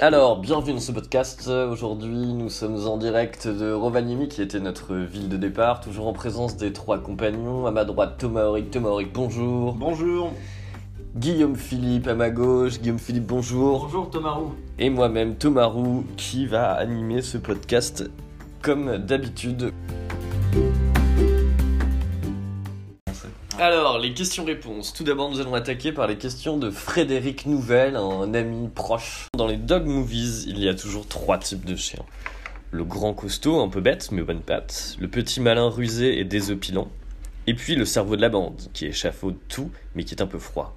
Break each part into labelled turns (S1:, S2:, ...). S1: Alors, bienvenue dans ce podcast. Aujourd'hui, nous sommes en direct de Rovaniemi, qui était notre ville de départ, toujours en présence des trois compagnons. À ma droite, Thomas Auric. Thomas Auric, bonjour.
S2: Bonjour.
S1: Guillaume Philippe à ma gauche. Guillaume Philippe, bonjour.
S3: Bonjour Thomas Roux.
S1: Et moi-même, Thomas Roux, qui va animer ce podcast comme d'habitude. Alors, les questions-réponses. Tout d'abord, nous allons attaquer par les questions de Frédéric Nouvel, un ami proche. Dans les dog movies, il y a toujours trois types de chiens. Le grand costaud, un peu bête, mais bonne patte. Le petit malin rusé et désopilant. Et puis le cerveau de la bande, qui échafaude tout, mais qui est un peu froid.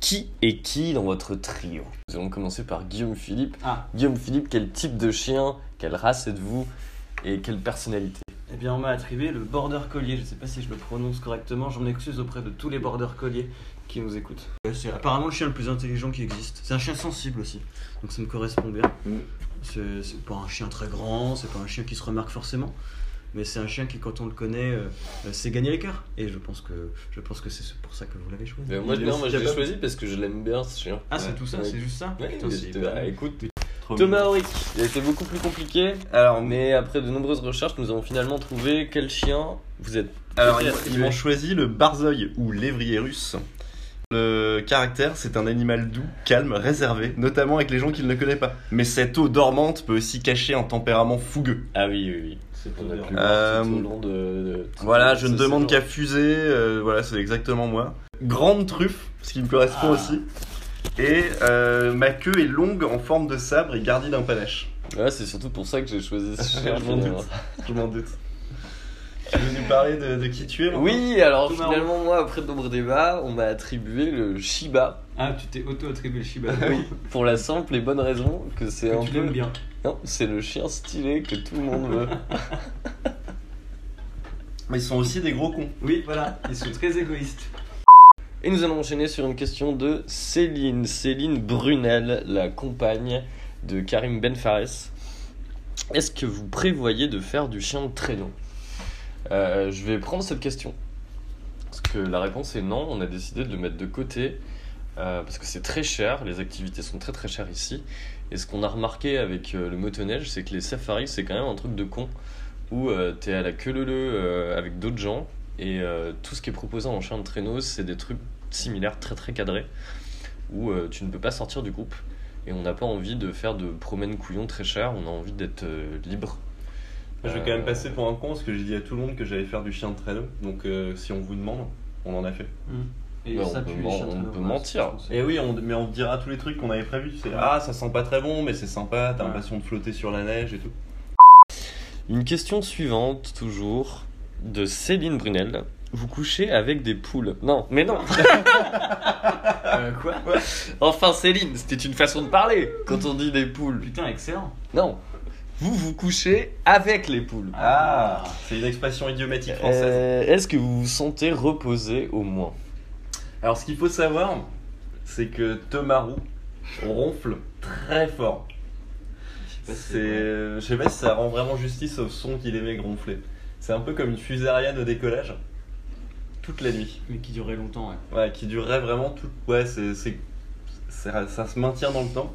S1: Qui est qui dans votre trio Nous allons commencer par Guillaume Philippe.
S3: Ah.
S1: Guillaume Philippe, quel type de chien, quelle race êtes-vous et quelle personnalité
S3: Eh bien, on m'a attribué le border collier. Je sais pas si je le prononce correctement. J'en excuse auprès de tous les border colliers qui nous écoutent. C'est apparemment le chien le plus intelligent qui existe. C'est un chien sensible aussi. Donc ça me correspond bien.
S2: Mm.
S3: C'est c'est pas un chien très grand, c'est pas un chien qui se remarque forcément. Mais c'est un chien qui, quand on le connaît, euh, euh, sait gagner les cœurs. Et je pense que, je pense que c'est pour ça que vous l'avez choisi.
S1: moi,
S3: Il est aussi
S1: je l'ai
S3: capable-
S1: choisi parce que je l'aime bien ce chien.
S3: Ah, c'est tout ça,
S1: Ouais.
S3: c'est juste ça Putain, c'est hyper bien.
S1: écoute, Thomas Auric, il a été beaucoup plus compliqué. Alors, mais après de nombreuses recherches, nous avons finalement trouvé quel chien vous êtes.
S2: Alors,
S1: prêt
S2: ils,
S1: à
S2: ils
S1: tuer.
S2: m'ont choisi le barzoï ou lévrier russe. Le caractère, c'est un animal doux, calme, réservé, notamment avec les gens qu'il ne connaît pas. Mais cette eau dormante peut aussi cacher un tempérament fougueux.
S1: Ah oui, oui, oui.
S3: C'est
S1: On a pu
S3: bien.
S1: voir
S2: Euh,
S1: tout au long de. de- tout au
S2: Voilà,
S1: long
S2: je
S1: de
S2: ne
S1: ce
S2: demande
S1: séjour.
S2: qu'à fuser, euh, voilà, c'est exactement moi. Grande truffe, ce qui me correspond
S3: Ah.
S2: aussi. Et euh, ma queue est longue en forme de sabre et garnie d'un panache.
S1: Ouais, c'est surtout pour ça que j'ai choisi ce chien.
S2: Je m'en
S1: finalement.
S2: doute. Je m'en doute. tu veux nous parler de, de qui tu es maintenant
S1: Oui, alors
S3: Thomas
S1: finalement, moi, après de nombreux débats, on m'a attribué le Shiba
S3: Ah, tu t'es auto-attribué le Shiba.
S1: pour la simple et bonne raison que c'est un
S3: Que tu l'aimes
S1: peu.
S3: bien.
S1: Non, c'est le chien stylé que tout le monde veut.
S2: Mais ils sont aussi des gros cons.
S3: Oui, voilà, ils sont très égoïstes.
S1: Et nous allons enchaîner sur une question de Céline. Céline Brunel, la compagne de Karim Benfares. Est-ce que vous prévoyez de faire du chien de traîneau Euh, Je vais prendre cette question. Parce que la réponse est non, on a décidé de le mettre de côté. euh, parce que c'est très cher, les activités sont très très chères ici. Et ce qu'on a remarqué avec euh, le motoneige, c'est que les safaris, c'est quand même un truc de con. Où euh, t'es à la queue leu leu euh, avec d'autres gens. Et euh, tout ce qui est proposé en chien de traîneau, c'est des trucs similaires, très très cadrés, où euh, tu ne peux pas sortir du groupe. Et on n'a pas envie de faire de promènes couillons très chères, on a envie d'être euh, libre.
S2: Je vais quand même passer pour un con parce que j'ai dit à tout le monde que j'allais faire du chien de traîneau. Donc euh, si on vous demande, on en a fait.
S3: Et
S1: Ouais, Bah, on
S3: ça
S1: peut
S3: pue les
S1: men-
S3: chiens
S1: on
S3: très
S1: peut
S3: nombreux,
S1: mentir.
S3: je pense.
S2: Et Eh oui, on, mais on te dira tous les trucs qu'on avait prévus. Tu sais, ah, ça sent pas très bon, mais c'est sympa, t'as
S3: Ouais.
S2: l'impression de flotter sur la neige et tout.
S1: Une question suivante, toujours, de Céline Brunel. Vous couchez avec des poules Non, mais non
S3: Euh, quoi
S1: Enfin Céline, c'était une façon de parler quand on dit des poules.
S3: Putain, excellent.
S1: Non Vous vous couchez avec les poules.
S3: Ah.
S2: C'est une expression idiomatique française.
S1: Euh, Est-ce que vous vous sentez reposé au moins
S2: Alors, ce qu'il faut savoir, c'est que Thomas Roux ronfle très fort.
S3: pas si
S2: C'est, euh, je sais pas si ça rend vraiment justice au son qu'il aimait ronfler. C'est un peu comme une fusée Ariane au décollage, toute la nuit.
S3: Mais qui durait longtemps, ouais.
S2: Ouais, qui durerait vraiment tout. Ouais, c'est, c'est- ça, ça se maintient dans le temps.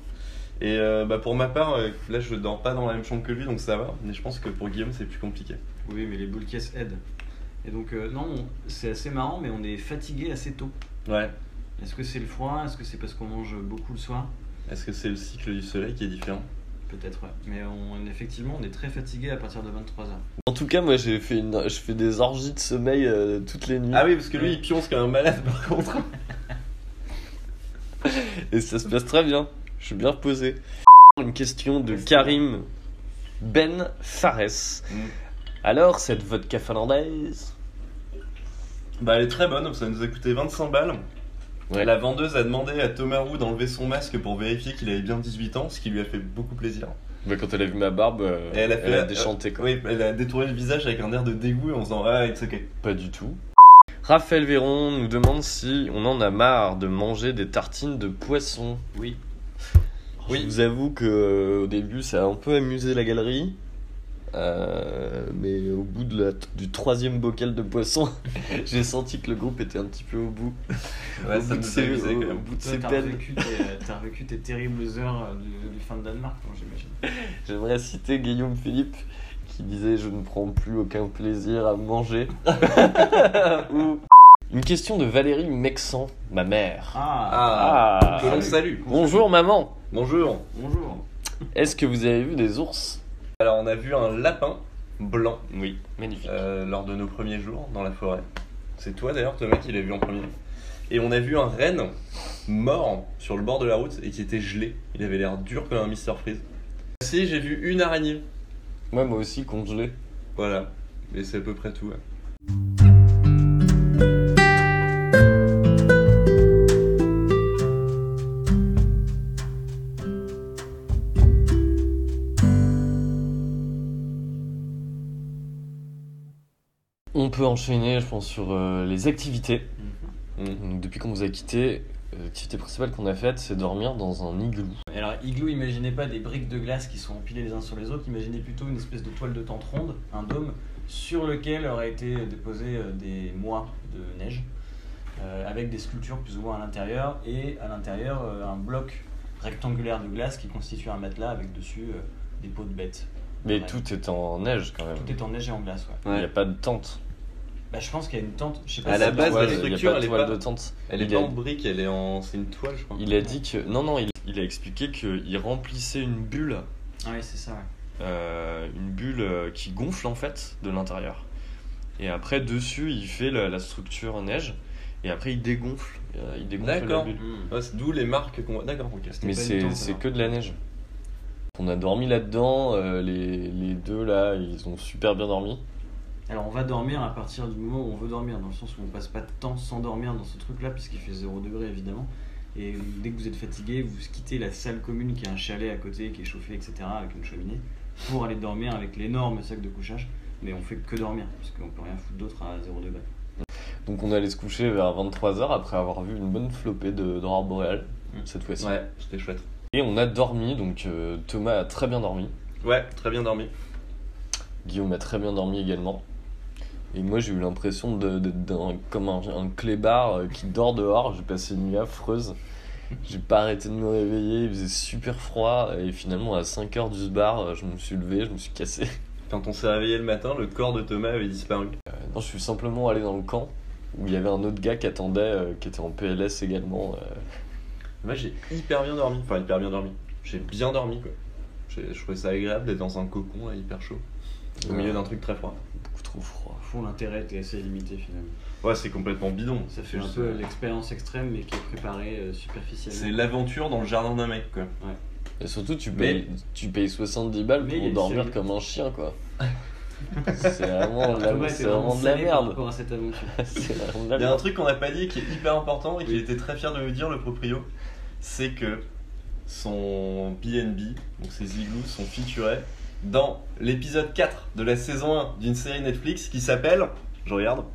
S2: Et euh, bah, pour ma part, euh, là, je dors pas dans la même chambre que lui, donc ça va. Mais je pense que pour Guillaume, c'est plus compliqué.
S3: Oui, mais les boules caisses aident. Et donc, euh, non, on- c'est assez marrant, mais on est fatigué assez tôt.
S2: Ouais.
S3: Est-ce que c'est le froid Est-ce que c'est parce qu'on mange beaucoup le soir
S2: Est-ce que c'est le cycle du soleil qui est différent
S3: Peut-être, ouais. Mais on, effectivement, on est très fatigué à partir de 23h.
S1: En tout cas, moi, j'ai fait une... je fais des orgies de sommeil euh, toutes les nuits.
S2: Ah oui, parce que lui, il pionce comme un malade, par contre.
S1: Et ça se passe très bien. Je suis bien reposé. Une question de Karim Ben Fares.
S2: Mm.
S1: Alors, cette vodka finlandaise
S2: Bah, elle est très bonne, ça nous a coûté 25 balles.
S1: Ouais.
S2: La vendeuse a demandé à Thomas Roux d'enlever son masque pour vérifier qu'il avait bien 18 ans, ce qui lui a fait beaucoup plaisir.
S1: bah, Quand elle a vu ma barbe, euh,
S2: Et elle a fait la-
S1: déchanté. Quoi.
S2: Oui, elle a détourné le visage avec un air de dégoût en se disant Ah, it's okay.
S1: Pas du tout. Raphaël Véron nous demande si on en a marre de manger des tartines de poisson.
S3: Oui.
S1: Je vous avoue que euh, au début, ça a un peu amusé la galerie. Euh, mais au bout de la- du troisième bocal de poisson, j'ai senti que le groupe était un petit peu au bout.
S2: Ouais,
S1: au,
S2: ça
S1: bout de
S2: nous
S1: ses,
S2: amusait,
S1: au-
S2: quand
S1: au
S2: même.
S1: bout de
S3: Toi,
S1: ses
S3: t'as
S1: peines.
S3: revécu tes- euh, T'as vécu tes terribles heures euh, du, du fan de Danemark, moi, j'imagine.
S1: J'aimerais citer Guillaume Philippe qui disait Je ne prends plus aucun plaisir à manger. Ou- Une question de Valérie Mexan, ma mère.
S3: Ah,
S2: Ah,
S1: Ah.
S2: que l'on salue.
S1: Bonjour maman,
S2: Bonjour.
S3: bonjour.
S1: est-ce que vous avez vu des ours
S2: Alors, on a vu un lapin blanc
S1: Oui, magnifique.
S2: euh, lors de nos premiers jours dans la forêt. C'est toi d'ailleurs, Thomas, qui l'a vu en premier. Et on a vu un renne mort sur le bord de la route et qui était gelé. Il avait l'air dur comme un Mr. Freeze. Si, j'ai vu une araignée.
S1: Ouais, moi aussi congelé.
S2: Voilà. Mais c'est à peu près tout. ouais.
S1: On peut enchaîner, je pense, sur euh, les activités. Mm.
S3: Mhm.
S1: Donc, depuis qu'on vous a quitté, euh, l'activité principale qu'on a faite, c'est dormir dans un igloo.
S3: Et Alors, igloo, imaginez pas des briques de glace qui sont empilées les uns sur les autres, imaginez plutôt une espèce de toile de tente ronde, un dôme, sur lequel auraient été déposés euh, des mois de neige, euh, avec des sculptures plus ou moins à l'intérieur, et à l'intérieur, euh, un bloc rectangulaire de glace qui constitue un matelas avec dessus euh, des peaux de bêtes.
S1: Mais
S3: Ouais.
S1: tout est en neige quand même.
S3: Tout est en neige et en glace, ouais.
S1: Il n'y a pas de tente.
S3: Bah, je pense qu'il y a une tente, je sais pas
S2: À
S3: si
S2: la
S3: c'est-
S2: base, la
S1: Toile, il y
S2: structure,
S1: a pas de
S2: elle est
S1: toile
S2: pas-
S1: de tente.
S2: Elle est
S1: Il
S2: pas
S1: a-
S2: en brique, elle est en. C'est une toile, je crois.
S1: Il a dit que. Non, non, il, il a expliqué qu'il remplissait une bulle,
S3: Ah oui, c'est ça, ouais.
S1: euh, une bulle euh, qui gonfle en fait de l'intérieur. Et après, dessus, il fait la, la structure en neige. Et après, il dégonfle. euh, il dégonfle la
S2: D'accord.
S1: bulle.
S3: Hmm.
S2: Ouais, c'est D'où les marques qu'on voit. D'accord, ok.
S1: Mais
S3: pas une
S1: c'est
S3: tente,
S1: c'est
S3: alors.
S1: que de la neige. On a dormi là-dedans. euh, les, les deux là, ils ont super bien dormi.
S3: Alors on va dormir à partir du moment où on veut dormir, dans le sens où on passe pas de temps sans dormir dans ce truc-là, puisqu'il fait 0 degré évidemment. Et dès que vous êtes fatigué, vous quittez la salle commune qui est un chalet à côté, qui est chauffé, etc., avec une cheminée, pour aller dormir avec l'énorme sac de couchage. Mais on fait que dormir, parce qu'on peut rien foutre d'autre à 0 degré.
S1: Donc on allait se coucher vers 23h après avoir vu une bonne flopée de- d'aurore boréale
S3: Mm.
S1: cette fois-ci.
S2: Ouais, c'était chouette.
S1: Et on a dormi, donc euh, Thomas a très bien dormi,
S2: Ouais, très bien dormi.
S1: Guillaume a très bien dormi également. Et moi j'ai eu l'impression de- d'être dans- comme un, un clébard euh, qui dort dehors, j'ai passé une nuit affreuse. J'ai pas arrêté de me réveiller, il faisait super froid et finalement à 5h du bar, euh, je me suis levé, je me suis cassé.
S2: Quand on s'est réveillé le matin, le corps de Thomas avait disparu.
S1: Non, je suis simplement allé dans le camp où il y avait un autre gars qui attendait, euh, qui était en PLS également. euh,
S2: Moi j'ai hyper bien dormi. Enfin, hyper bien dormi. J'ai bien dormi quoi. J'ai- Je trouvais ça agréable d'être dans un cocon là, hyper chaud. Au
S1: Ouais.
S2: milieu d'un truc très froid.
S1: beaucoup euh, trop froid.
S3: Au fond, l'intérêt était assez limité finalement.
S2: Ouais, c'est complètement bidon.
S3: Ça fait un
S2: Juste,
S3: peu
S2: euh,
S3: l'expérience extrême, mais qui est préparée euh,
S2: C'est
S3: superficiellement.
S2: l'aventure dans le jardin d'un mec quoi.
S1: Et surtout, tu
S2: Mais-
S1: payes, tu payes 70 balles
S3: Mais il
S1: pour
S3: est
S1: dormir
S3: salé.
S1: comme un chien, quoi. c'est vraiment, de la-
S3: Thomas
S1: c'est
S3: était
S1: vraiment de la
S3: salé par
S1: merde.
S3: rapport à cette aventure.
S1: C'est vraiment de la
S2: Il y a un
S1: merde.
S2: truc qu'on n'a pas dit qui est hyper important et qui
S3: Oui.
S2: était très fier de nous dire le proprio, c'est que son BNB, donc ses igloos, sont featurés dans l'épisode 4 de la saison 1 d'une série Netflix qui s'appelle, je regarde,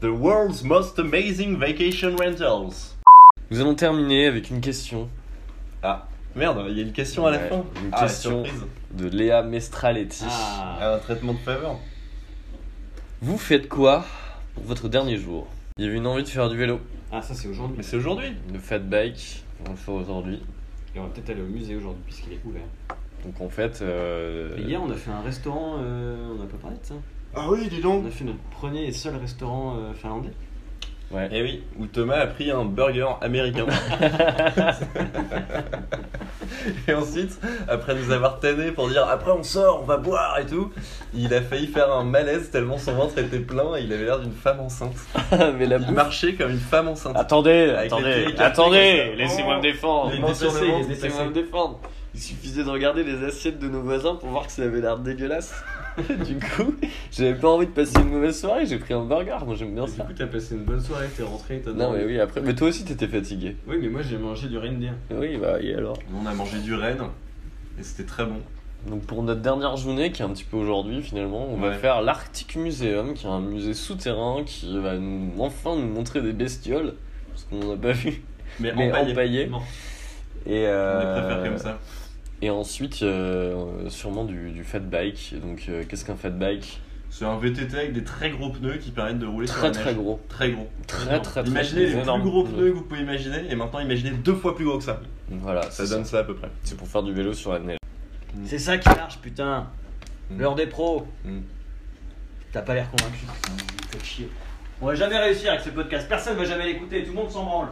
S2: The World's Most Amazing Vacation Rentals.
S1: Nous allons terminer avec une question
S2: Ah, merde, il y a une question à la
S1: Ouais,
S2: fin.
S1: une
S2: ah, la
S1: question.
S2: surprise.
S1: de Léa Mestraletti.
S3: Ah,
S2: Ah, un traitement de faveur.
S1: Vous faites quoi pour votre dernier jour Il y avait une envie de faire du vélo,
S3: ah ça c'est aujourd'hui.
S2: Mais c'est aujourd'hui.
S1: le fat bike, on le fait aujourd'hui.
S3: Et on va peut-être aller au musée aujourd'hui, puisqu'il est ouvert.
S1: Donc en fait, euh,
S3: Et Hier, on a fait un restaurant, euh, on n'a pas parlé de ça.
S2: Ah oui, dis
S3: On
S2: donc.
S3: a fait notre premier et seul restaurant euh, finlandais.
S1: ouais.
S2: Eh oui, où Thomas a pris un burger américain. et ensuite, après nous avoir tanné pour dire après on sort, on va boire et tout, il a failli faire un malaise tellement son ventre était plein et il avait l'air d'une femme enceinte.
S1: mais la
S2: Il
S1: bouffe-
S2: marchait comme une femme enceinte.
S1: Attendez,
S2: Avec les
S1: attendez,
S2: pieds écartés comme
S1: attendez,
S2: ça.
S1: laissez-moi me défendre.
S3: Il est dépassé, il
S1: Laissez-moi
S3: est dépassé.
S1: me défendre. Il suffisait de regarder les assiettes de nos voisins pour voir que ça avait l'air dégueulasse. du coup, j'avais pas envie de passer une mauvaise soirée, j'ai pris un burger, moi j'aime bien ça.
S3: t'as passé une bonne soirée, t'es rentré, t'as
S1: Non mais oui, après, mais toi aussi t'étais fatigué.
S3: Oui, mais moi j'ai mangé du reindeer.
S1: Oui, bah et alors
S2: On a mangé du renne et c'était très bon.
S1: Donc pour notre dernière journée, qui est un petit peu aujourd'hui finalement, on va
S2: Ouais.
S1: faire l'Arctic Museum, qui est un musée souterrain qui va nous, enfin nous montrer des bestioles, parce qu'on n'en a pas vu,
S2: Mais,
S1: mais
S2: empaillé.
S1: empaillées.
S3: Non.
S1: Et
S2: On les
S1: euh,
S2: préfère comme ça.
S1: Et ensuite, euh, sûrement du, du fat bike. Donc, euh, qu'est-ce qu'un fat bike
S2: C'est un VTT avec des très gros pneus qui permettent de rouler sur
S1: Très
S2: la neige.
S1: très gros.
S2: Très gros.
S1: Très,
S2: Énorme.
S1: très, très,
S2: Imaginez les
S1: énorme. Mmh.
S2: plus gros pneus que vous pouvez imaginer et maintenant imaginez deux fois plus gros que ça.
S1: Voilà,
S2: Ça
S1: c'est
S2: donne ça à peu près.
S1: C'est pour faire du vélo sur la neige.
S3: C'est ça qui marche, putain.
S2: Mm.
S3: L'heure des pros.
S2: Mm.
S3: T'as pas l'air convaincu, putain. vous faites chier. On va jamais réussir avec ce podcast. Personne va jamais l'écouter. Tout le monde s'en branle.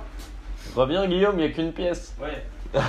S1: Reviens, Guillaume, il n'y a qu'une pièce.
S3: Ouais.